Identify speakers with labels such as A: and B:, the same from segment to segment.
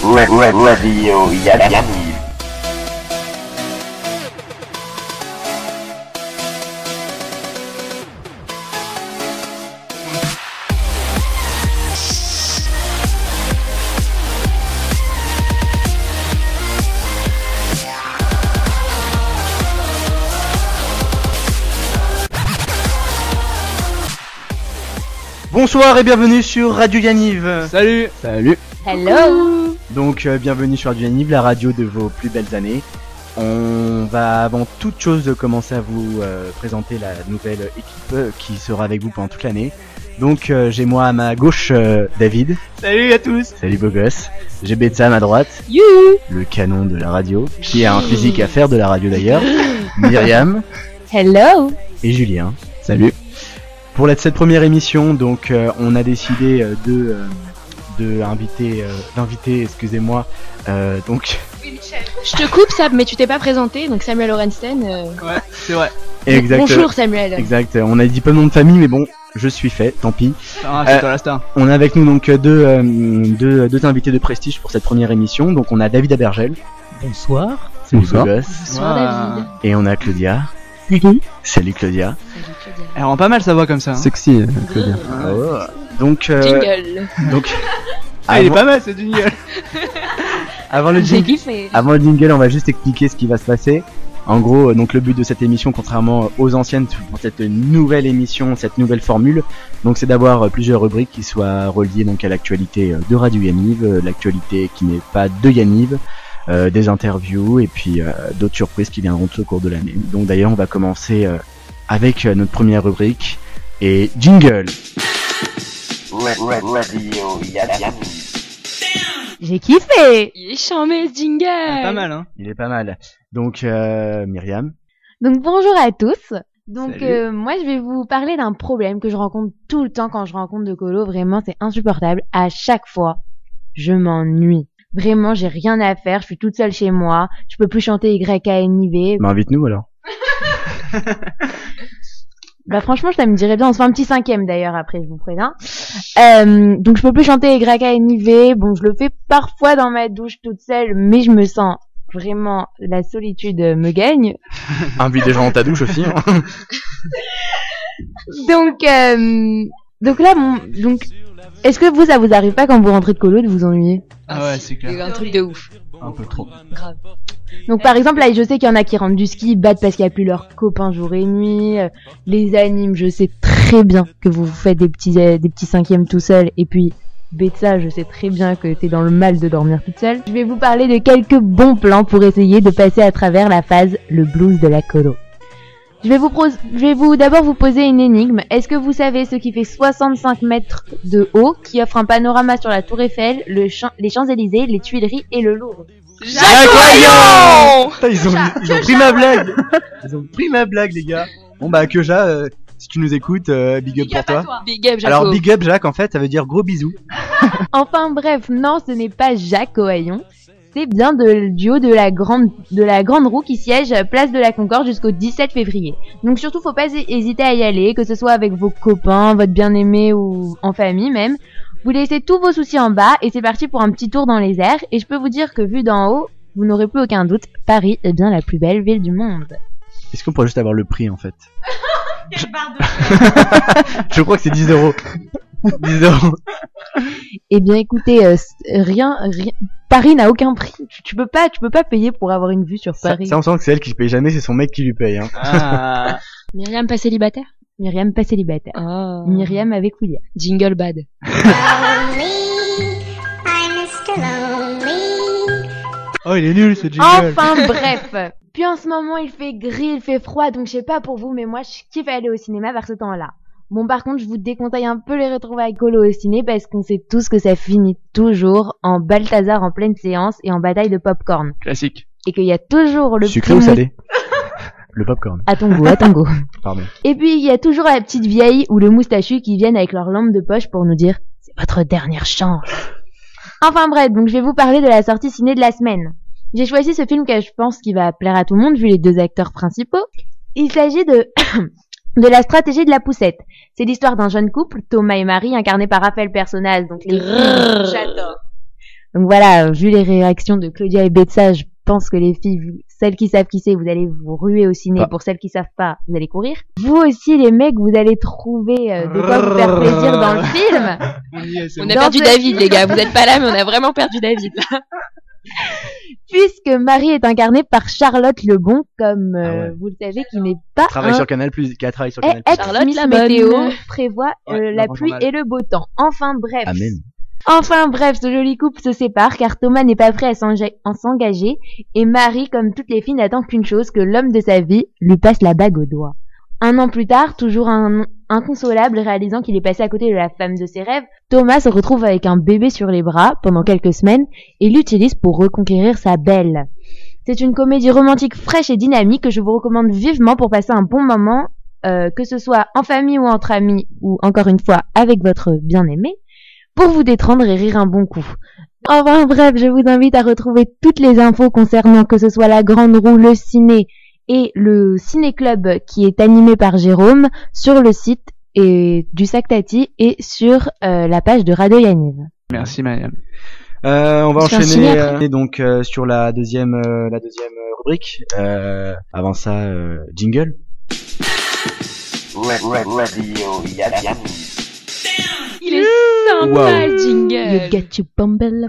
A: Radio Yanni.
B: Bonsoir et bienvenue sur Radio Yaniv.
C: Salut
B: Salut.
D: Hello
B: Donc euh, bienvenue sur Radio Yaniv, la radio de vos plus belles années. On va avant toute chose de commencer à vous euh, présenter la nouvelle équipe euh, qui sera avec vous pendant toute l'année. Donc euh, j'ai moi à ma gauche euh, David.
C: Salut à tous
B: Salut beau gosse. J'ai Betsa à ma droite,
D: You
B: le canon de la radio, qui a un physique à faire de la radio d'ailleurs. Myriam
D: Hello
B: et Julien. Salut. Pour la- cette première émission, donc euh, on a décidé euh, de euh, de inviter euh, d'inviter, excusez-moi, euh, donc
D: Je te coupe Sab, mais tu t'es pas présenté, donc Samuel Orenstein. euh,
C: Ouais, c'est vrai.
B: exact, euh,
D: Bonjour Samuel.
B: exact. On a dit pas le nom de famille, mais bon, je suis fait. Tant pis.
C: Ah,
B: Euh,
C: c'est toi la star.
B: On a avec nous donc euh, deux, euh, deux, deux invités de prestige pour cette première émission. Donc on a David Abergel,
E: Bonsoir.
B: salut beau gosse,
D: Bonsoir
C: Ouah.
D: David.
B: et on a Claudia. Salut Claudia.
D: Salut, Claudia.
C: Elle rend pas mal sa voix comme ça. hein.
E: Sexy.
B: Donc euh,
D: Jingle.
B: donc
C: Ah, il est
B: avant,
C: pas mal ce jingle
B: avant le
D: J'ai
B: jingle,
D: kiffé.
B: Avant le jingle, on va juste expliquer ce qui va se passer. En gros, euh, donc le but de cette émission, contrairement aux anciennes, pour cette nouvelle émission, cette nouvelle formule, donc c'est d'avoir euh, plusieurs rubriques qui soient reliées donc à l'actualité euh, de Radio Yaniv, euh, l'actualité qui n'est pas de Yaniv, euh, des interviews et puis euh, d'autres surprises qui viendront au cours de l'année. Donc d'ailleurs, on va commencer euh, avec euh, notre première rubrique et jingle.
A: Radio Yanni.
D: J'ai kiffé. Il est charmé ce jingle.
C: Pas mal, hein
B: Il est pas mal. Donc euh, Myriam,
F: Donc bonjour à tous. Donc
C: Salut.
F: euh, moi je vais vous parler d'un problème que je rencontre tout le temps quand je rencontre de colo. Vraiment c'est insupportable. À chaque fois, je m'ennuie. Vraiment j'ai rien à faire. Je suis toute seule chez moi. Je peux plus chanter YKNIV.
B: bah, invite-nous alors.
F: Bah franchement ça me dirait bien. On se fait un petit cinquième d'ailleurs après je vous préviens. Euh, donc je peux plus chanter YKNIV. Bon je le fais parfois dans ma douche toute seule, mais je me sens vraiment la solitude me gagne.
B: Invite des gens dans ta douche aussi. hein.
F: Donc, euh, donc là, mon, donc, est-ce que vous, ça vous arrive pas quand vous rentrez de colo de vous ennuyer
C: Ah ouais, c'est clair.
D: Il y a un truc de ouf.
C: Un peu trop.
D: Grave.
F: Donc, par exemple, là, je sais qu'il y en a qui rentrent du ski, battent parce qu'il n'y a plus leurs copains jour et nuit, euh, les animes, je sais très bien que vous vous faites des petits, euh, des petits cinquièmes tout seul, et puis, Betsa, je sais très bien que t'es dans le mal de dormir toute seule. Je vais vous parler de quelques bons plans pour essayer de passer à travers la phase le blues de la colo. Je vais vous, pros- je vais vous d'abord vous poser une énigme. Est-ce que vous savez ce qui fait 65 mètres de haut, qui offre un panorama sur la Tour Eiffel, le Champ- les Champs-Élysées, les Tuileries et le Louvre
B: Putain, ils ont, ils ont pris ma blague Ils ont pris ma blague, les gars Bon, bah, Keja, euh, si tu nous écoutes, euh, big up pour toi.
D: Big up, Jaco.
B: Alors, big up, Jacques, en fait, ça veut dire gros bisous.
F: Enfin bref, non, ce n'est pas Jacques Ohaillon. C'est bien de, du haut de la, grande, de la grande roue qui siège euh, place de la Concorde jusqu'au 17 février. Donc surtout, faut pas hé- hésiter à y aller, que ce soit avec vos copains, votre bien-aimé ou en famille même. Vous laissez tous vos soucis en bas et c'est parti pour un petit tour dans les airs. Et je peux vous dire que vu d'en haut, vous n'aurez plus aucun doute, Paris est bien la plus belle ville du monde.
B: Est-ce qu'on pourrait juste avoir le prix, en fait Je crois que c'est 10 euros. 10 euros.
F: Eh bien écoutez, euh, c- rien, rien, Paris n'a aucun prix. Tu, tu peux pas, tu peux pas payer pour avoir une vue sur
B: Ça,
F: Paris.
B: ça, on sent que c'est elle qui paye jamais, c'est son mec qui lui paye. Hein.
C: Ah,
D: Myriam pas célibataire
F: Myriam pas célibataire.
D: Oh.
F: Myriam avec William.
D: Jingle bad.
C: oh, il est nul ce jingle
F: Enfin bref. Puis en ce moment, il fait gris, il fait froid, donc je sais pas pour vous, mais moi, je kiffe aller au cinéma vers ce temps-là. Bon, par contre, je vous déconseille un peu les retrouvailles colo au ciné parce qu'on sait tous que ça finit toujours en Balthazar en pleine séance et en bataille de popcorn.
C: Classique.
F: Et qu'il y a toujours le
B: Sucré
F: petit
B: ou
F: mou-
B: salé Le popcorn,
F: À ton goût, à ton goût.
B: pardon.
F: Et puis, il y a toujours la petite vieille ou le moustachu qui viennent avec leur lampe de poche pour nous dire « C'est votre dernière chance !» Enfin bref, donc je vais vous parler de la sortie ciné de la semaine. J'ai choisi ce film que je pense qui va plaire à tout le monde vu les deux acteurs principaux. Il s'agit de... de la stratégie de la poussette. C'est l'histoire d'un jeune couple, Thomas et Marie, incarnés par Raphaël Personnage, donc les...
D: Grrr.
F: J'adore. Donc voilà, euh, vu les réactions de Claudia et Betsa, je pense que les filles, vu- celles qui savent qui c'est, vous allez vous ruer au ciné.
B: Ah.
F: Pour celles qui savent pas, vous allez courir. Vous aussi, les mecs, vous allez trouver euh, de quoi vous faire plaisir dans le film.
D: On
F: bon.
D: a
F: Dans
D: perdu
F: ce
D: David, les gars. Vous êtes pas là, mais on a vraiment perdu David. là.
F: puisque Marie est incarnée par Charlotte Lebon, comme euh,
B: Ah ouais.
F: vous le savez, qui n'est pas
B: Travaille
D: Hein
F: un
B: sur Canal Plus, qui a travaillé sur
F: Eh,
B: Canal Plus.
F: ex
D: Charlotte,
F: Miss
D: la bonne.
F: Météo prévoit euh,
B: Ouais,
F: la
B: dans le
F: pluie
B: journal.
F: et le beau temps. Enfin
D: eh,
F: bref.
B: Amen.
F: Enfin bref, ce joli couple se sépare car Thomas n'est pas prêt à s'enga- à s'engager et Marie, comme toutes les filles, n'attend qu'une chose, que l'homme de sa vie lui passe la bague au doigt. Un an plus tard, toujours un inconsolable réalisant qu'il est passé à côté de la femme de ses rêves, Thomas se retrouve avec un bébé sur les bras pendant quelques semaines et l'utilise pour reconquérir sa belle. C'est une comédie romantique fraîche et dynamique que je vous recommande vivement pour passer un bon moment, euh, que ce soit en famille ou entre amis ou encore une fois avec votre bien-aimé, pour vous détendre et rire un bon coup. Enfin bref, je vous invite à retrouver toutes les infos concernant que ce soit la grande roue, le ciné et le ciné-club qui est animé par Jérôme sur le site et du Sactati et sur euh, la page de Radio Yaniv.
C: Merci, Mariam.
B: Euh, on va
D: C'est un signe
B: enchaîner
D: après.
B: euh, donc euh, sur la deuxième euh, la deuxième euh, rubrique. Euh, avant ça, euh, jingle.
A: Ra- ra- Radio Yanni.
D: Il est sympa,
B: Wow.
D: le
F: You
D: jingle.
F: got you bumble.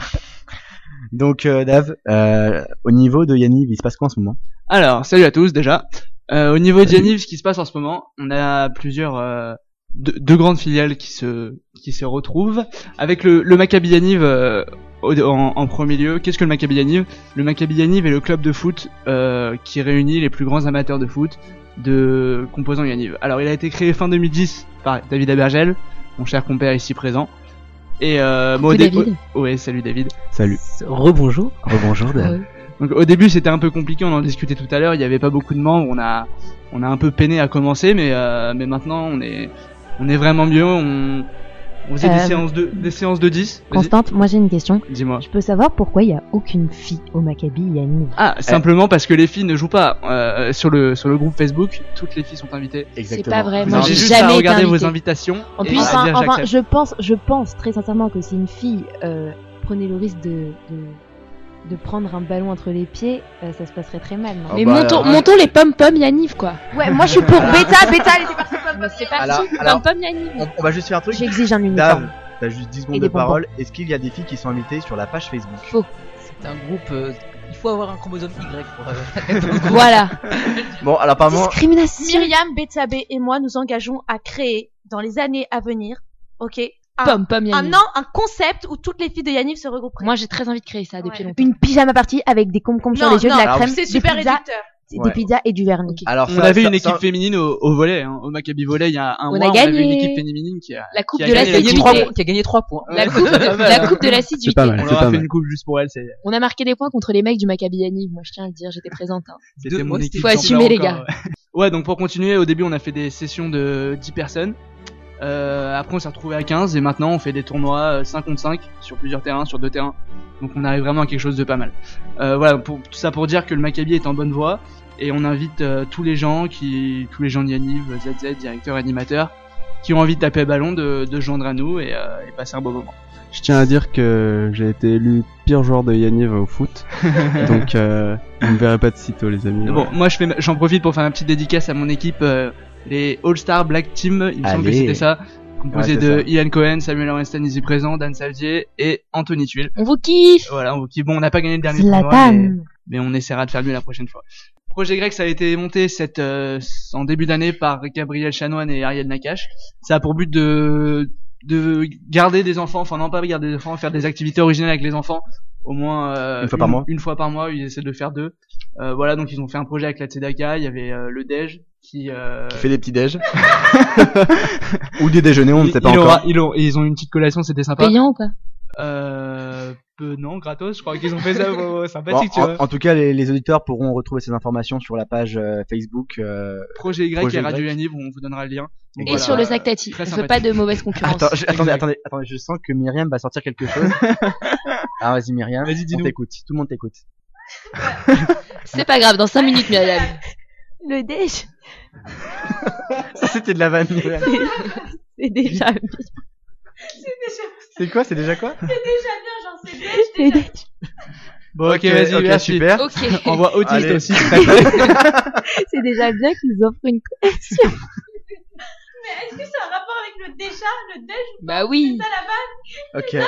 B: Donc euh, Dave, euh, au niveau de Yanniv, il se passe quoi en ce moment
C: Alors, salut à tous, déjà. Euh, au niveau de Yaniv, ce qui se passe en ce moment, on a plusieurs... euh, deux, deux grandes filiales qui se, qui se retrouvent. Avec le, le Maccabi Yaniv euh, au- en, en premier lieu. Qu'est-ce que le Maccabi Yaniv Le Maccabi Yaniv est le club de foot euh, qui réunit les plus grands amateurs de foot de composant Yaniv. Alors, il a été créé fin 2010 par David Abergel, mon cher compère ici présent. Et euh, bon, au
D: Coucou,
C: dé-
D: David.
C: au- ouais, salut David.
B: Salut.
E: Rebonjour. Rebonjour.
D: Dave.
C: Donc au début c'était un peu compliqué, on en discutait tout à l'heure, il n'y avait pas beaucoup de membres, on a, on a un peu peiné à commencer, mais, euh, mais maintenant on est, on est vraiment mieux, on, on faisait des,
F: Euh,
C: séances de, des séances de 10. Vas-y,
F: Constante, moi j'ai une question.
C: Dis-moi.
F: Je peux savoir pourquoi il n'y a aucune fille au Maccabi Yaniv
C: Ah, simplement parce que les filles ne jouent pas. Euh, sur, le, sur le groupe Facebook, toutes les filles sont invitées.
D: C'est pas vrai.
C: Vous
D: Moi,
B: Non,
C: avez
D: j'ai
C: juste
D: jamais
C: à
D: été
C: regarder vos
D: invitée.
C: invitations.
D: En
C: et
D: plus,
C: à
F: Enfin,
C: dire
F: enfin,
C: j'accepte.
F: je pense, je pense très sincèrement que si une fille euh, prenait le risque de, de, de prendre un ballon entre les pieds, euh, ça se passerait très mal. Non
B: Ah
D: Mais
B: bah,
D: montons,
B: alors, hein.
D: montons les pom-pom Yaniv, quoi.
F: ouais, moi je suis pour bêta, bêta, allez c'est parti. pom, pom,
D: C'est
F: pom.
D: parti,
B: alors-
D: pom-pom Yaniv.
B: On, on va juste faire un truc.
F: J'exige un uniforme.
B: Dave, t'as juste 10
F: Et
B: secondes
F: des
B: de parole. Est-ce qu'il y a des filles qui sont invitées sur la page Facebook
E: C'est un groupe. euh, il faut avoir un chromosome Y pour. euh,
D: Voilà.
B: Bon, alors apparemment,
F: Discrimination.
G: Myriam, Betsabé et moi nous engageons à créer dans les années à venir, ok, Ah.
D: Pom-pom
G: un
D: Yaniv.
G: an, un concept où toutes les filles de Yaniv se regrouperaient.
D: Moi, j'ai très envie de créer ça depuis
G: Ouais.
D: longtemps.
F: Une pyjama partie avec des concombres sur
G: Non,
F: les yeux,
G: non,
F: de la crème,
G: c'est
F: des
G: super
F: pizzas,
G: réducteur.
B: Ouais.
F: des pizzas et du vernis.
B: alors
C: on
B: ça-
C: avait
B: ça-
C: une équipe
B: ça-
C: féminine au, au volley, hein, au Maccabi volley il y a un
D: On a
C: mois, on avait une
D: gagné.
C: équipe féminine qui a...
D: La coupe
C: Qui a
D: de la
C: gagné-
E: gagné
C: qui
E: trois
D: sécurité.
E: points- qui a gagné 3 points.
D: La coupe, de, la coupe de
B: C'est pas
D: l'assiduité.
B: mal.
C: On
B: c'est
C: leur
B: pas
C: a fait
B: mal.
C: une coupe juste pour elle, c'est-
D: On a marqué des points contre les mecs du Maccabi Yaniv. Moi, je tiens à le dire, j'étais présente. hein.
C: C'était
E: Deux-
C: mon
E: moi,
C: équipe.
E: c'était- Faut
C: exemplaire
D: assumer, les
C: encore, Ouais. Ouais, donc pour continuer, au début, on a fait des sessions de 10 personnes. Euh, après, on s'est retrouvé à 15 et maintenant, on fait des tournois euh, 5 contre 5 sur plusieurs terrains, sur deux terrains. Donc, on arrive vraiment à quelque chose de pas mal. Euh, voilà, pour, tout ça pour dire que le Maccabi est en bonne voie et on invite euh, tous les gens qui, tous les gens de Yaniv, ZZ, directeur, animateur, qui ont envie de taper ballon, de, de se joindre à nous et, euh, et passer un bon moment.
H: Je tiens à dire que j'ai été élu pire joueur de Yaniv au foot. donc, euh, vous me verrez pas de sitôt, les amis.
C: Bon, moi, je fais, ma- j'en profite pour faire une petite dédicace à mon équipe, euh, les All-Star Black Team. Il me semble que
B: Allez.
C: c'était ça. Composé
B: Ouais, c'est
C: de
B: ça.
C: Ian Cohen, Samuel Orenstan ici présent, Dan Salvier et Anthony Tuile.
D: On vous kiffe.
C: Voilà, on, qui, bon, on n'a pas gagné le dernier tournoi, mais,
F: Zlatan.
C: mais on essaiera de faire mieux la prochaine fois. Projet grec, ça a été monté cette, euh, en début d'année par Gabriel Chanoine et Ariel Nakache. Ça a pour but de, de garder des enfants, enfin non pas garder des enfants, faire des activités originales avec les enfants, au moins euh,
B: Une fois par mois.
C: Une fois par mois, ils essaient de faire deux. Euh, voilà, donc ils ont fait un projet avec la Tzedaka, il y avait euh, le Dej qui... Euh,
B: Qui fait des petits déj ou des déjeuners, on ne
C: il-
B: sait pas
C: il
B: encore.
C: aura- il aura- ils ont eu une petite collation, c'était sympa.
D: Payant ou quoi
C: Euh, peu, non, gratos, je crois qu'ils ont fait ça, ouais, ouais,
B: Bon,
C: sympathique, tu
B: en,
C: vois.
B: en tout cas, les, les auditeurs pourront retrouver ces informations sur la page euh, Facebook. euh,
C: Projet Y
B: Projet
C: et Radio
B: Y.
C: Yaniv, on vous donnera le lien.
B: Et
D: Et
C: Voilà.
D: sur le sac Tati.
C: Très
D: Je veux
C: sympathique.
D: pas de mauvaise concurrence.
B: Attends, je- attendez,
C: Exact.
B: attendez, attendez, je sens que Myriam va sortir quelque chose. ah, vas-y, Myriam.
C: Vas-y,
B: on
C: dis-nous.
B: t'écoute. Tout le monde t'écoute.
D: C'est pas grave, dans 5 minutes, Myriam.
G: Le déj,
B: Ça, c'était de la vanne, Myriam.
D: C'est déjà.
B: C'est quoi C'est déjà quoi
G: c'est déjà bien, j'en
I: c'est bêche déjà.
C: Bon, ok, vas-y,
B: ok,
C: merci.
B: super.
I: Ok.
C: On voit autiste
B: Allez.
C: aussi. très bien.
F: C'est déjà bien qu'ils offrent une collection.
I: Mais est-ce que ça a un rapport avec le déjà,
G: hein,
I: le déj
D: Bah oui.
I: à la base
B: Ok.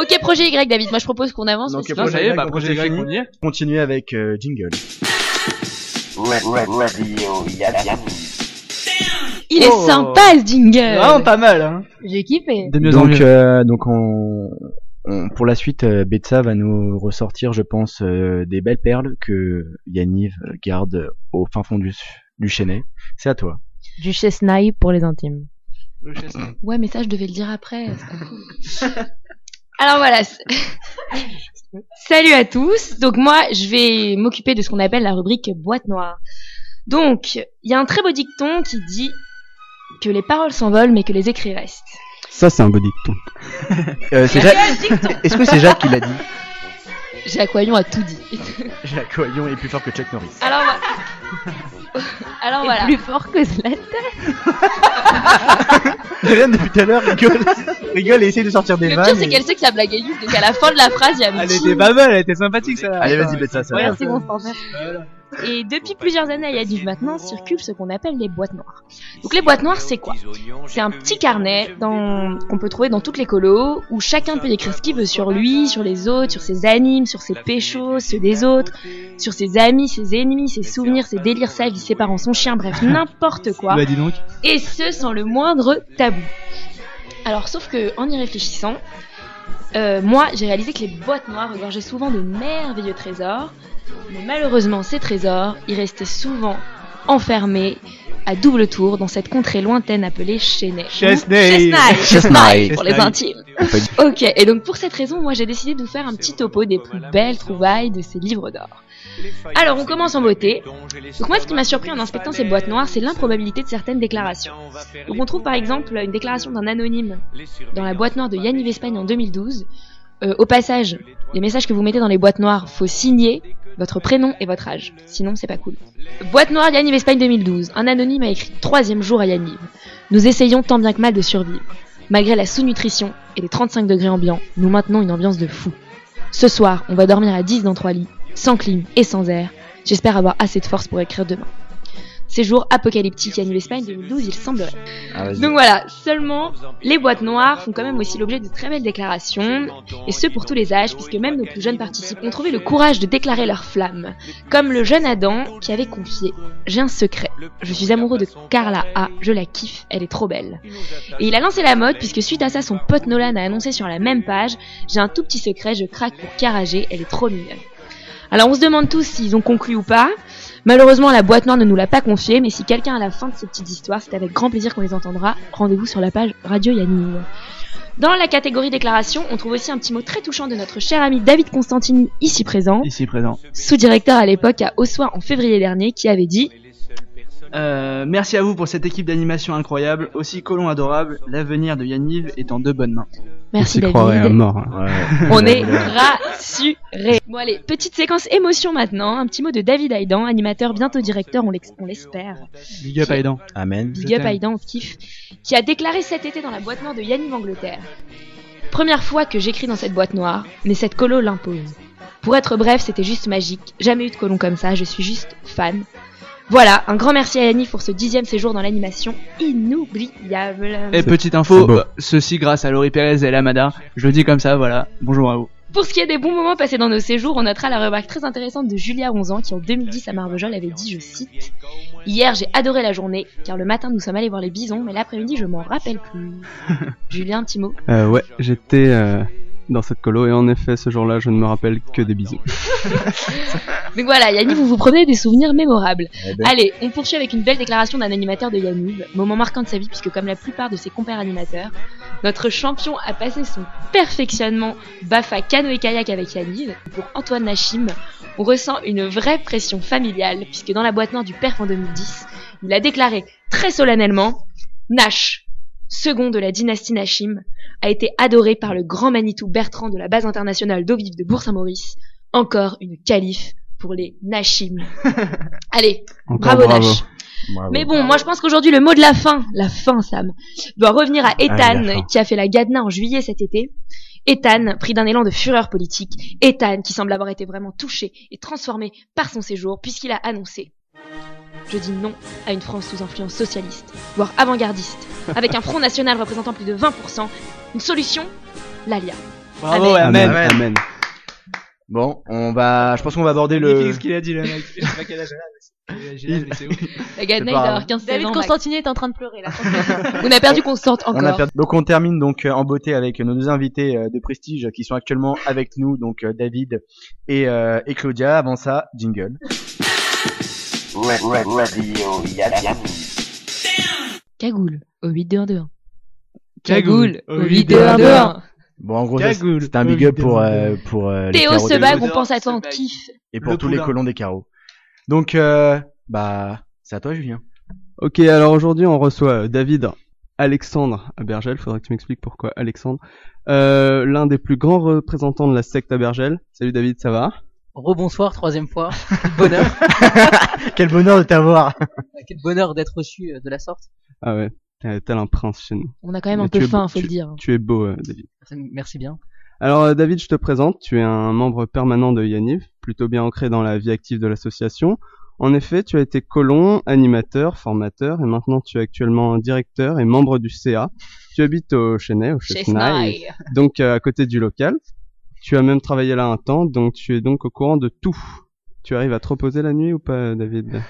D: Ok, projet Y, David. Moi, je propose qu'on avance.
B: Donc,
D: parce que-
C: non, ça y est, bah,
B: donc,
C: projet grec,
B: c'est
C: on y est.
B: Continuez avec euh, Jingle.
A: Ra- ra- Radio Yanni.
D: Il est
C: Oh.
D: sympa, ce jingle.
C: Vraiment pas mal, hein.
F: J'ai kiffé.
C: De mieux en
B: donc,
C: mieux.
B: euh, donc on, on- pour la suite, euh, Betsa va nous ressortir, je pense, euh, des belles perles que Yaniv garde au fin fond du, du chênaie. C'est à toi.
F: Du chesnail pour les intimes.
C: Le chestnut.
D: Ouais, mais ça, je devais le dire après. c'est pas cool. Alors voilà. c'est- Salut à tous. Donc moi, je vais m'occuper de ce qu'on appelle la rubrique boîte noire. Donc, il y a un très beau dicton qui dit que les paroles s'envolent, mais que les écrits restent.
H: Ça, c'est un beau dicton.
B: Euh, c'est Jacques. Est-ce que c'est Jacques qui l'a dit
D: Jacques Wayon a tout dit.
B: Jacques Oyon est plus fort que Chuck Norris.
D: Alors, voilà. Alors
F: Et
D: voilà.
F: Plus fort que cela.
B: Rien depuis tout à l'heure rigole, rigole et essaye de sortir des
D: Le
B: vannes.
D: pire, c'est
B: et-
D: qu'elle sait que ça blague est nulle, donc à la fin de la phrase, il y a un
C: Elle
D: petit-
C: était pas mal, elle était sympathique, ça.
B: Allez, vas-y, Betsa, ça. va.
F: Merci Constance.
D: Et depuis plusieurs années à Yadiv maintenant circule ce qu'on appelle les boîtes noires. Donc les boîtes noires, c'est quoi C'est un petit carnet dans... qu'on peut trouver dans toutes les colos où chacun peut écrire ce qu'il veut sur lui, sur les autres, sur ses animes, sur ses péchos, ceux des autres, sur ses amis, ses ennemis, ses souvenirs, ses délires, sa vie, ses parents, son chien, bref, n'importe quoi.
C: Bah, dis donc.
D: Et ce, sans le moindre tabou. Alors, sauf que, en y réfléchissant, euh, moi, j'ai réalisé que les boîtes noires regorgeaient souvent de merveilleux trésors, mais malheureusement, ces trésors, ils restaient souvent enfermés à double tour dans cette contrée lointaine appelée Chennai.
C: Chesnay.
D: Chesnay, Chesnay, pour les
C: Chesnay.
D: intimes. Ok, et donc pour cette raison, moi j'ai décidé de vous faire un petit topo des plus belles trouvailles de ces livres d'or. Alors on commence en beauté. Donc moi ce qui m'a surpris en inspectant ces boîtes noires, c'est l'improbabilité de certaines déclarations. Donc on trouve par exemple une déclaration d'un anonyme dans la boîte noire de Yanniv Espagne en 2012. Euh, au passage, les messages que vous mettez dans les boîtes noires, faut signer votre prénom et votre âge. Sinon, c'est pas cool. Boîte noire Yanniv Espagne 2012. Un anonyme a écrit troisième jour à Yanniv. Nous essayons tant bien que mal de survivre. Malgré la sous-nutrition et les 35 degrés ambiants, nous maintenons une ambiance de fou. Ce soir, on va dormir à 10 dans 3 lits, sans clim et sans air. J'espère avoir assez de force pour écrire demain. Ces jours apocalyptiques Yanniv Espagne 2012, il semblerait.
B: Ah, vas-y.
D: Donc voilà, seulement les boîtes noires font quand même aussi l'objet de très belles déclarations, et ce pour tous les âges, puisque même nos plus jeunes participants ont trouvé le courage de déclarer leur flamme, comme le jeune Adam qui avait confié « J'ai un secret, je suis amoureux de Carla A, je la kiffe, elle est trop belle ». Et il a lancé la mode, puisque suite à ça, son pote Nolan a annoncé sur la même page « J'ai un tout petit secret, je craque pour Cara G, elle est trop mignonne ». Alors on se demande tous s'ils ont conclu ou pas, Malheureusement, la boîte noire ne nous l'a pas confié, mais si quelqu'un a la fin de ces petites histoires, c'est avec grand plaisir qu'on les entendra. Rendez-vous sur la page Radio Yanniv. Dans la catégorie déclaration, on trouve aussi un petit mot très touchant de notre cher ami David Constantini, ici présent,
C: Bah, Ici présent.
D: sous-directeur à l'époque à Ossoir en février dernier, qui avait dit
C: Euh, merci à vous pour cette équipe d'animation incroyable, aussi colon adorable. L'avenir de Yaniv est en de bonnes mains.
D: Merci
H: On s'y croirait à
D: David,
H: mort. hein.
D: on est rassurés. Bon allez, petite séquence émotion maintenant, un petit mot de David Aidan, animateur bientôt directeur, on l'ex- on l'espère,
C: Big up, Aidan.
B: Amen.
D: Big
C: Je
D: up
C: t'aime.
D: Aidan, on te kiffe, qui a déclaré cet été dans la boîte noire de Yanniv Angleterre. Première fois que j'écris dans cette boîte noire, mais cette colo l'impose. Pour être bref, c'était juste magique. Jamais eu de colon comme ça, je suis juste fan. Voilà, un grand merci à Yanniv pour ce dixième séjour dans l'animation inoubliable.
C: Et petite
H: c'est
C: info,
H: beau.
C: euh, ceci grâce à Laurie Perez et Lamada. Je le dis comme ça, voilà. Bonjour à vous.
D: Pour ce qui est des bons moments passés dans nos séjours, on notera la remarque très intéressante de Julia 11 ans qui en 2010 à Marvejol avait dit, je cite, Hier j'ai adoré la journée, car le matin nous sommes allés voir les bisons, mais l'après-midi je m'en rappelle plus. Julia, un petit mot.
H: Euh, ouais, j'étais euh, dans cette colo et en effet, ce jour-là, je ne me rappelle que des bisous.
D: Donc voilà, Yanniv, vous vous prenez des souvenirs mémorables.
B: Eh ben.
D: Allez, on poursuit avec une belle déclaration d'un animateur de Yanniv, moment marquant de sa vie puisque comme la plupart de ses compères animateurs, notre champion a passé son perfectionnement Bafa canoë kayak avec Yanniv. Pour Antoine Nachim, on ressent une vraie pression familiale puisque dans la boîte noire du perf en 2010, il a déclaré très solennellement Nash, second de la dynastie Nachim, a été adoré par le grand Manitou Bertrand de la base internationale d'eau vive de Bourg-Saint-Maurice, encore une calife pour les Nashim. Allez,
H: Encore
D: bravo,
H: bravo.
D: Nash. Mais bon, moi je pense qu'aujourd'hui le mot de la fin, la fin Sam, doit revenir à
H: Ah oui,
D: Ethan
H: la fin.
D: qui a fait la Gadna en juillet cet été Ethan, pris d'un élan de fureur politique, Ethan qui semble avoir été vraiment touché et transformé par son séjour puisqu'il a annoncé je dis non à une France sous influence socialiste, voire avant-gardiste, avec un Front National représentant plus de 20%. Une solution L'ALIA.
C: Bravo, amen.
B: Amen. Amen. Bon, on va, je pense qu'on va aborder le.
C: Qu'est-ce qu'il a dit, le mec Je sais pas quel âge elle a, mais c'est- quel âge il a, mais c'est ouf.
D: La
B: C'est
D: Gadna, il doit
B: pas-
D: avoir 15
G: David
D: ans.
G: Constantini est en train de pleurer là.
D: On a perdu Constante
B: On a
D: encore.
B: perdu- Donc on termine donc euh, en beauté avec nos deux invités euh, de prestige qui sont actuellement avec nous, donc euh, David et, euh, et Claudia. Avant ça, jingle.
A: Red, red, radio, yam, yam.
D: Cagoule, au 8 2 2 1
C: Cagoule, au 8 2
D: 1
C: 1 2 1.
B: Bon, en gros, ça, c'est
C: Cagoule.
B: c'est un big up pour euh, pour euh, les
D: Théo
B: carreaux
D: se
B: de-
D: bat,
C: Théo
D: on pense à
C: se
D: toi, on
C: bat.
D: kiffe.
B: et pour
C: Le
B: tous les
C: poulain.
B: colons des carreaux. Donc euh, bah c'est à toi, Julien.
H: Ok, alors aujourd'hui on reçoit euh, David Alexandre Abergel. Faudrait que tu m'expliques pourquoi Alexandre. Euh, L'un des plus grands représentants de la secte Abergel. Salut David, ça va
E: Rebonsoir, troisième fois. Quel bonheur.
B: Quel bonheur de t'avoir.
E: Quel bonheur d'être reçu euh, de la sorte.
H: Ah ouais, t'es tel un prince chez nous.
D: On a quand même un
H: Mais
D: peu
H: tu es
D: faim,
H: beau-
D: faut le dire.
H: Tu es beau, euh, David.
E: Merci bien.
H: Alors euh, David, je te présente, tu es un membre permanent de Yaniv, plutôt bien ancré dans la vie active de l'association. En effet, tu as été colon, animateur, formateur et maintenant tu es actuellement directeur et membre du CA. Tu habites au Chesnay, au
D: Chez
H: Chesnay,
D: Sny.
H: donc euh, à côté du local. Tu as même travaillé là un temps, donc tu es donc au courant de tout. Tu arrives à te reposer la nuit ou pas, David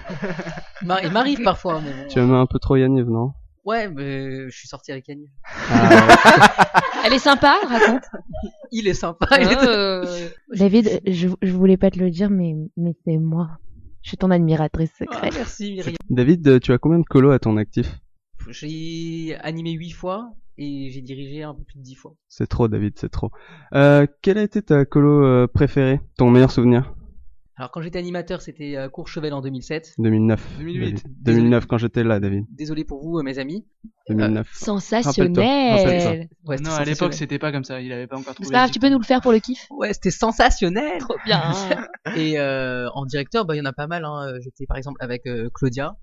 E: Ma- Il m'arrive parfois, mais bon.
H: Tu aimes un peu trop Yaniv, non
E: Ouais, mais je suis sorti avec Yannick.
H: Ah, ouais.
D: Elle est sympa, raconte.
E: Il est sympa. il est-
D: Euh,
F: David, je, je voulais pas te le dire, mais, mais c'est moi. Je suis ton admiratrice
E: Ah,
F: secrète.
E: merci Myriam.
H: David, euh, tu as combien de colos à ton actif
E: J'ai animé 8 fois et j'ai dirigé un peu plus de 10 fois.
H: C'est trop, David, c'est trop. Euh, quelle a été ta colo euh, préférée Ton meilleur souvenir
E: Alors quand j'étais animateur, c'était euh, Courchevel en 2007.
H: 2009.
C: 2008.
H: David. 2009, quand j'étais là, David.
E: Désolé pour vous, euh, mes amis.
H: 2009.
D: Sensationnel.
E: Ouais, c'était
C: Non, à l'époque,
E: sensationnel.
C: c'était pas comme ça. Il avait pas encore trouvé.
D: C'est pas grave, tu peux nous le faire pour le kiff
E: Ouais, c'était sensationnel.
D: Trop bien. hein.
E: Et euh, en directeur, bah il y en a pas mal. Hein. J'étais par exemple avec euh, Claudia.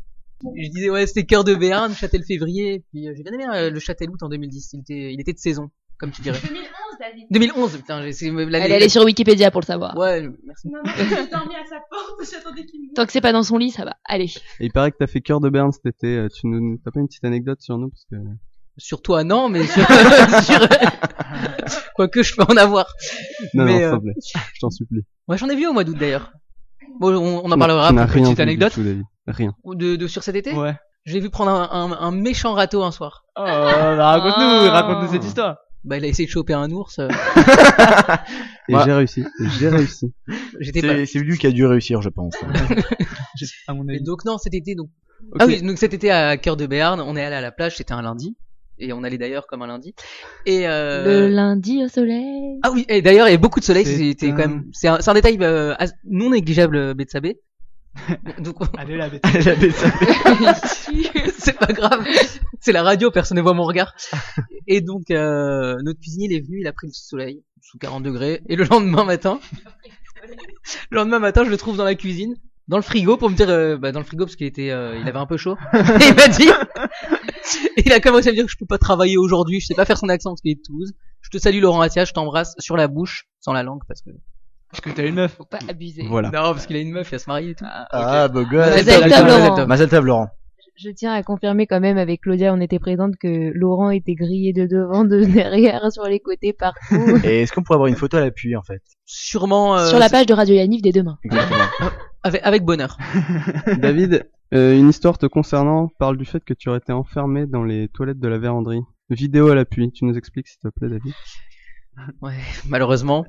E: Je disais ouais, c'était cœur de Béarn, Châtel février. Puis euh, j'ai bien aimé euh, le Châtel août en 2010. Il était, il était de saison, comme tu dirais.
I: 2011, David.
E: 2011, putain, j'ai- c'est l'année.
D: Elle est allée sur Wikipédia pour le savoir.
E: Ouais, merci.
I: Non, non, j'ai dormi à sa porte, j'attendais qu'il me
D: Tant que c'est pas dans son lit, ça va. Allez.
H: Et il paraît que t'as fait cœur de Berne cet été. euh, Tu nous, t'as pas une petite anecdote sur nous parce que...
E: Sur toi, non, mais sur, sur... quoique je peux en avoir.
H: Non,
E: Mais,
H: non, s'il
E: euh,
H: te plaît. Je t'en supplie.
E: Ouais, j'en ai vu au mois d'août d'ailleurs. Bon, on, on en
H: Non,
E: parlera
H: tu n'as
E: pour
H: rien
E: petite
H: vu du
E: anecdote.
H: tout, David. Rien.
E: Ou de, de sur cet été.
C: Ouais.
E: J'ai vu prendre un, un, un méchant râteau un soir.
C: Oh, bah, raconte-nous,
D: Ah.
C: raconte-nous cette histoire.
E: Bah, il a essayé de choper un ours. euh,
H: Et
B: Ouais.
H: j'ai réussi. J'ai réussi.
E: J'étais pas.
B: C'est
E: là.
B: c'est lui qui a dû réussir, je pense.
C: À mon
E: Et
C: avis.
E: donc non, cet été donc.
H: Ok.
E: Ah oui, donc cet été à cœur de Béarn, on est allé à la plage. C'était un lundi et on allait d'ailleurs comme un lundi. Et euh...
F: Le lundi au soleil.
E: ah oui, et d'ailleurs il y a beaucoup de soleil.
C: C'est
E: C'était
C: un-
E: quand même. C'est un, c'est un détail euh, as- non négligeable euh, Betsabé. donc
C: Allez, la bête.
E: c'est pas grave. C'est la radio, personne ne voit mon regard. Et donc euh, notre cuisinier il est venu, il a pris le soleil sous 40 degrés. Et le lendemain matin, le lendemain matin, je le trouve dans la cuisine. Dans le frigo pour me dire euh, bah dans le frigo parce qu'il était euh, il avait un peu chaud et il m'a dit il a commencé à me dire que je peux pas travailler aujourd'hui je sais pas faire son accent parce qu'il est de Toulouse je te salue Laurent Attia je t'embrasse sur la bouche sans la langue parce que
C: Parce que t'as une meuf.
D: Faut pas abuser.
H: Voilà.
E: non parce qu'il a une meuf il va se marier et tout
B: Ah, beau
E: Mazel
B: gosse.
D: Mazel tov,
E: tov, mazel
D: Laurent.
E: tov.
B: Mazel tov, Laurent.
F: Je tiens à confirmer quand même avec Claudia, on était présente, que Laurent était grillé de devant, de derrière, sur les côtés, partout.
B: Et est-ce qu'on pourrait avoir une photo à l'appui, en fait
E: sûrement euh,
D: Sur la page de Radio Yanif dès demain.
B: Exactement.
E: avec, avec bonheur
H: David, euh, une histoire te concernant parle du fait que tu aurais été enfermé dans les toilettes de la véranderie. Vidéo à l'appui. Tu nous expliques s'il te plaît, David.
E: Ouais, malheureusement.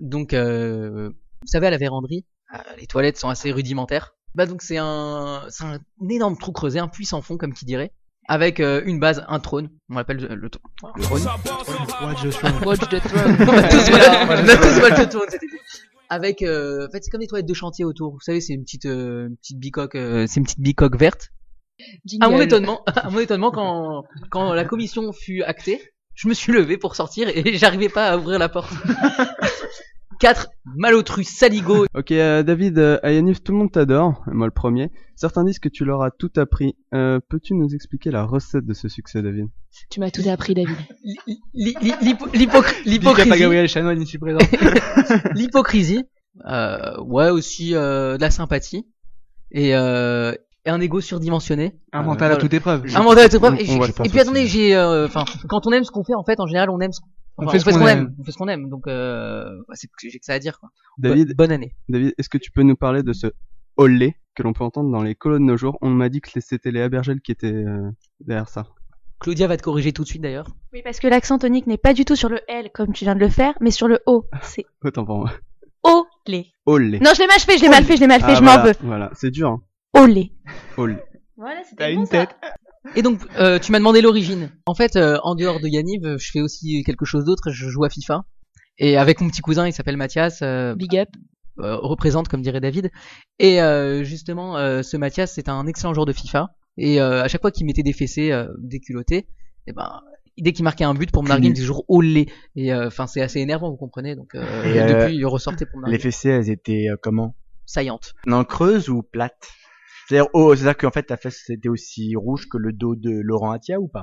E: Donc, euh, vous savez, à la véranderie, euh, les toilettes sont assez rudimentaires. Bah donc c'est un, c'est un énorme trou creusé, un puits sans fond comme qui dirait, avec euh, une base, un trône. On l'appelle le, le trône. On
D: Watch the throne.
E: a tous voilà, on a tous mal le trône. cet été. Avec, euh, en fait, c'est comme des toilettes de chantier autour. Vous savez, c'est une petite, euh, une petite bicoque, euh, c'est une petite bicoque verte.
G: Ah
E: À mon
D: Jingle.
E: étonnement, à mon étonnement, quand, quand la commission fut actée, je me suis levé pour sortir et j'arrivais pas à ouvrir la porte. 4. Malotru Saligo.
H: Ok, euh, David, euh, à Yanif, tout le monde t'adore, et moi le premier. Certains disent que tu leur as tout appris. Euh, Peux-tu nous expliquer la recette de ce succès, David
D: Tu m'as tout appris, David.
E: Li- li- li- l'hypo- l'hypoc-
C: Big up à
E: L'hypocrisie.
C: Gabriel Chanoine ici présent.
E: L'hypocrisie. Euh, ouais, aussi euh, de la sympathie. Et, euh, et un ego surdimensionné. Euh,
C: Un mental à
E: voilà.
C: toute épreuve.
E: Un mental à toute épreuve.
H: On-
E: Et,
H: on
E: j'ai-
H: va le faire
E: et puis
H: sortir.
E: attendez, j'ai. euh, Enfin, quand on aime ce qu'on fait, en fait, en général, on aime ce qu'on
C: On
E: enfin,
C: fait ce qu'on aime.
E: On fait ce qu'on aime. Donc, euh, bah, c'est j'ai que ça à dire. Quoi.
H: David,
E: Bo- bonne année.
H: David, est-ce que tu peux nous parler de ce olé que l'on peut entendre dans les colonnes de nos jours On m'a dit que c'était Léa Bergel qui était euh, derrière ça.
E: Claudia va te corriger tout de suite d'ailleurs.
G: Oui, parce que l'accent tonique n'est pas du tout sur le L comme tu viens de le faire, mais sur le O. C'est
H: Autant pour moi.
G: olé.
H: Olé.
G: Non, je l'ai mal fait, je l'ai mal fait, je l'ai mal fait,
H: Ah,
G: je
H: voilà,
G: m'en veux.
H: Voilà, c'est dur. Hein.
G: Olé.
H: Olé.
I: Voilà, c'était
C: T'as
I: bon,
C: une
I: ça.
C: tête.
E: Et donc, euh, tu m'as demandé l'origine. En fait, euh, en dehors de Yaniv, euh, je fais aussi quelque chose d'autre. Je joue à FIFA. Et avec mon petit cousin, il s'appelle Mathias, euh,
D: Big up.
E: euh, représente, comme dirait David. Et euh, justement, euh, ce Mathias, c'est un excellent joueur de FIFA. Et euh, à chaque fois qu'il mettait des fessées, euh, des culottés, et ben, dès qu'il marquait un but pour me larguer, il me disait toujours olé. Et euh, enfin, c'est assez énervant, vous comprenez. Donc, euh,
B: Et, euh,
E: depuis, il ressortait pour me
B: Les
E: larguer.
B: fessées, elles étaient euh, comment
E: Saillante.
B: Non, creuses ou plates C'est-à-dire, oh, c'est-à-dire qu'en fait, ta fesse, c'était aussi rouge que le dos de Laurent Attia ou pas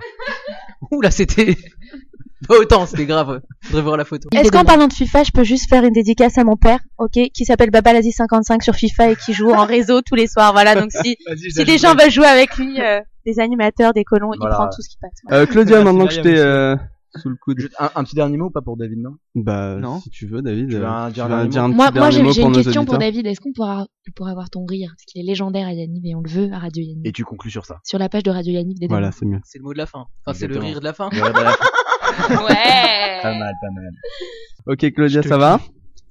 E: Ouh là, c'était pas autant, c'était grave. Faudrait voir la photo.
D: Il
G: Est-ce
D: était
G: qu'en
D: bon.
G: parlant de FIFA, je peux juste faire une dédicace à mon père, ok, qui s'appelle Babalazi55 sur FIFA et qui joue en réseau tous les soirs. Voilà, donc si,
C: Vas-y, je
G: si
C: t'ajoute.
G: des gens veulent jouer avec lui, euh, des animateurs, des colons,
B: Voilà.
G: il prend tout ce qui passe.
H: Euh, Claudia,
C: Merci,
H: maintenant que je
C: Myriam,
H: t'ai
C: aussi.
H: euh, sous le coude.
B: Juste un, un petit dernier mot ou pas pour David, non
H: Bah,
C: Non.
H: si tu veux, David,
B: Tu
H: euh,
B: veux un- dire un
H: veux
B: dernier
H: dire un petit
D: Moi, moi
H: dernier
D: j'ai
H: mot
D: j'ai une
H: pour nos
D: question pour
H: auditeurs
D: David. Est-ce qu'on pourra, pourra avoir ton rire Parce qu'il est légendaire à Yanniv et on le veut à Radio Yanniv.
B: Et tu conclus sur ça.
D: Sur la page de Radio Yanniv des
H: Voilà, c'est mieux.
E: C'est le mot de la fin. Enfin, c'est le
B: Exactement.
E: rire de la fin.
D: Ouais
B: Pas mal, pas mal.
H: Ok,
D: Ah.
H: Claudia, ça va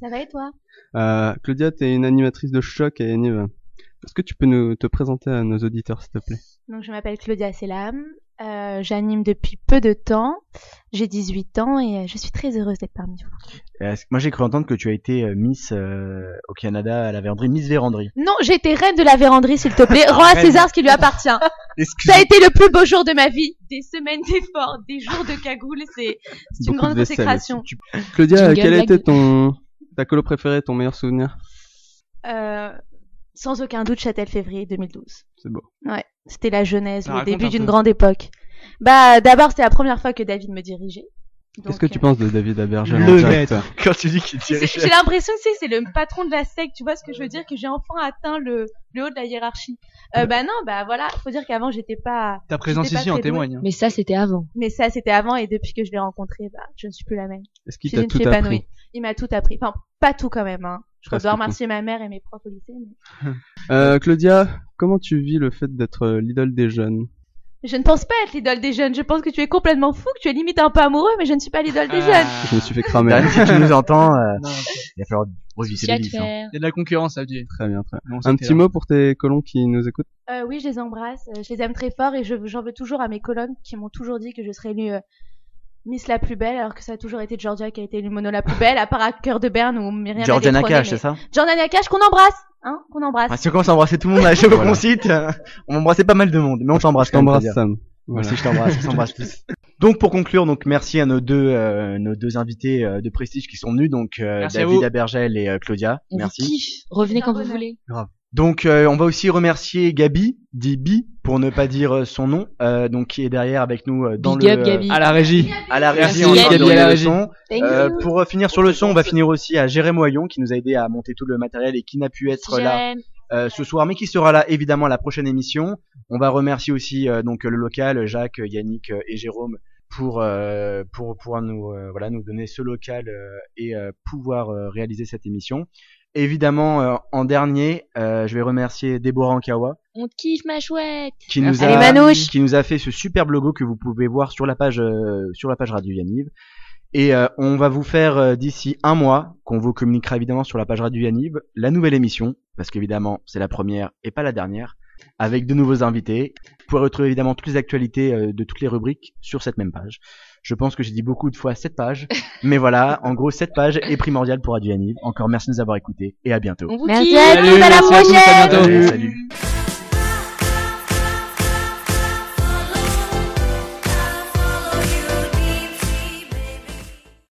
G: Ça va et toi
H: euh, Claudia, t'es une animatrice de choc à Yaniv. Est-ce que tu peux nous te présenter à nos auditeurs, s'il te plaît
G: Donc je m'appelle Claudia Selam, euh, j'anime depuis peu de temps, j'ai 18 ans et euh, je suis très heureuse d'être parmi vous.
B: Euh, moi, j'ai cru entendre que tu as été euh, Miss euh, au Canada à la Véranderie, Miss Véranderie.
G: Non, j'ai été reine de la véranderie, s'il te plaît, rends à
B: Reine.
G: César ce qui lui appartient. Ça a été le plus beau jour de ma vie, des semaines d'efforts, des jours de cagoule, c'est c'est une
H: Beaucoup
G: grande
H: de vaisselle
G: consécration.
H: Claudia,
D: Jingle,
H: quel
D: blague
H: était
D: de-
H: ton ta colo préférée, ton meilleur souvenir
G: Euh, sans aucun doute, Châtel-Février 2012.
H: C'est beau.
G: Ouais, c'était la jeunesse,
C: Ah,
G: le
C: raconte
G: début
C: un
G: d'une
C: peu.
G: grande époque. Bah, d'abord, c'était la première fois que David me dirigeait.
H: Qu'est-ce
G: Donc,
H: que tu
G: euh,
H: penses de David Abergel
C: Le
H: en direct
B: Quand tu dis qu'il
G: c'est- J'ai l'impression que c'est- c'est le patron de la secte, tu vois ce que je veux dire, que j'ai enfin atteint le, le haut de la hiérarchie. Euh, bah non, bah voilà, faut dire qu'avant j'étais pas.
C: Ta présence
G: J'étais pas
C: ici en
G: très douée.
C: témoigne. hein.
D: Mais ça, c'était avant.
G: Mais ça c'était avant et depuis que je l'ai rencontré, bah je ne suis plus la même.
H: Est-ce
G: Je
H: qu'il
G: suis
H: t'a
G: une
H: tout
G: fille épanouie.
H: appris
G: Il m'a tout appris, enfin pas tout quand même. Hein. Je
H: Presque
G: dois
H: tout.
G: remercier ma mère et mes profs au lycée. mais-
H: euh, Claudia, comment tu vis le fait d'être euh, l'idole des jeunes
G: Je ne pense pas être l'idole des jeunes. Je pense que tu es complètement fou, que tu es limite un peu amoureux, mais je ne suis pas l'idole des jeunes.
H: Je me suis fait cramer.
D: Bah,
B: si tu nous entends, euh,
C: Non,
B: il va falloir revisser
D: Qu'y a
B: les
D: de
B: livres. hein.
D: faire
C: Il y a de la concurrence, ça veut dire.
H: très bien, très bien.
C: Non,
H: Un
C: c'était
H: petit
C: là.
H: mot pour tes colons qui nous écoutent
G: Euh, oui, je les embrasse. euh, Je les aime très fort et je- j'en veux toujours à mes colonnes qui m'ont toujours dit que je serais élue euh, Miss la plus belle, alors que ça a toujours été Georgia qui a été élue Mono la plus belle, à part à cœur de Berne ou Myriam. a
B: Georgiana
G: détrôné,
B: Cash,
G: mais-
B: c'est ça
G: Georgiana Cash qu'on embrasse, hein, qu'on embrasse.
B: Ah, Si on commence à embrasser tout le monde à chaque fois
H: Voilà.
B: qu'on cite, euh, on embrassait pas mal de monde. Mais on t'embrasse
H: Je
B: quand même,
H: t'embrasse,
B: Claudia.
H: Sam.
B: Moi
H: Voilà.
B: aussi, je t'embrasse, on s'embrasse tous. Donc pour conclure, donc merci à nos deux euh, nos deux invités euh, de prestige qui sont venus, donc euh,
C: Merci à vous.
B: David Abergel et euh, Claudia.
D: On vous
B: Merci.
D: kiffe. Revenez
G: C'est un
D: quand vous
G: bonheur.
D: voulez.
B: Donc euh, on va aussi remercier Gabi, dit Bi pour ne pas dire euh, son nom, euh, donc qui est derrière avec nous euh, dans
D: Big
B: le
D: up, Gabi.
C: À la régie.
B: à la régie
C: Merci,
B: en train de
C: Gabi,
B: donner
C: à la
B: le
C: régie.
B: son.
D: Thank
B: Euh,
D: you.
B: pour euh, finir sur le son, on va finir aussi à Jérémy Oyon qui nous a aidé à monter tout le matériel et qui n'a pu être là
D: Jérém.
B: euh, ce soir, mais qui sera là évidemment à la prochaine émission. On va remercier aussi euh, donc le local, Jacques, Yannick euh, et Jérôme pour euh, pour pouvoir nous euh, voilà nous donner ce local euh, et euh, pouvoir euh, réaliser cette émission. Évidemment, euh, en dernier, euh, je vais remercier Déborah Ankawa
D: On te kiffe, ma chouette.
B: qui
E: Merci.
B: nous a
E: Allez,
G: Manouche.
B: qui nous a fait ce superbe logo que vous pouvez voir sur la page euh, sur la page radio Yaniv. Et euh, on va vous faire euh, d'ici un mois, qu'on vous communiquera évidemment sur la page radio Yaniv, la nouvelle émission, parce qu'évidemment c'est la première et pas la dernière, avec de nouveaux invités. Vous pourrez retrouver évidemment toutes les actualités euh, de toutes les rubriques sur cette même page. Je pense que j'ai dit beaucoup de fois cette page, mais voilà, en gros cette page est primordiale pour Radio Yaniv. Encore merci de nous avoir écoutés et à bientôt.
D: On vous
F: Merci
D: kiffe.
F: à tous, à la
C: merci à tous, à
F: prochaine
B: Salut,
C: bientôt.
B: salut.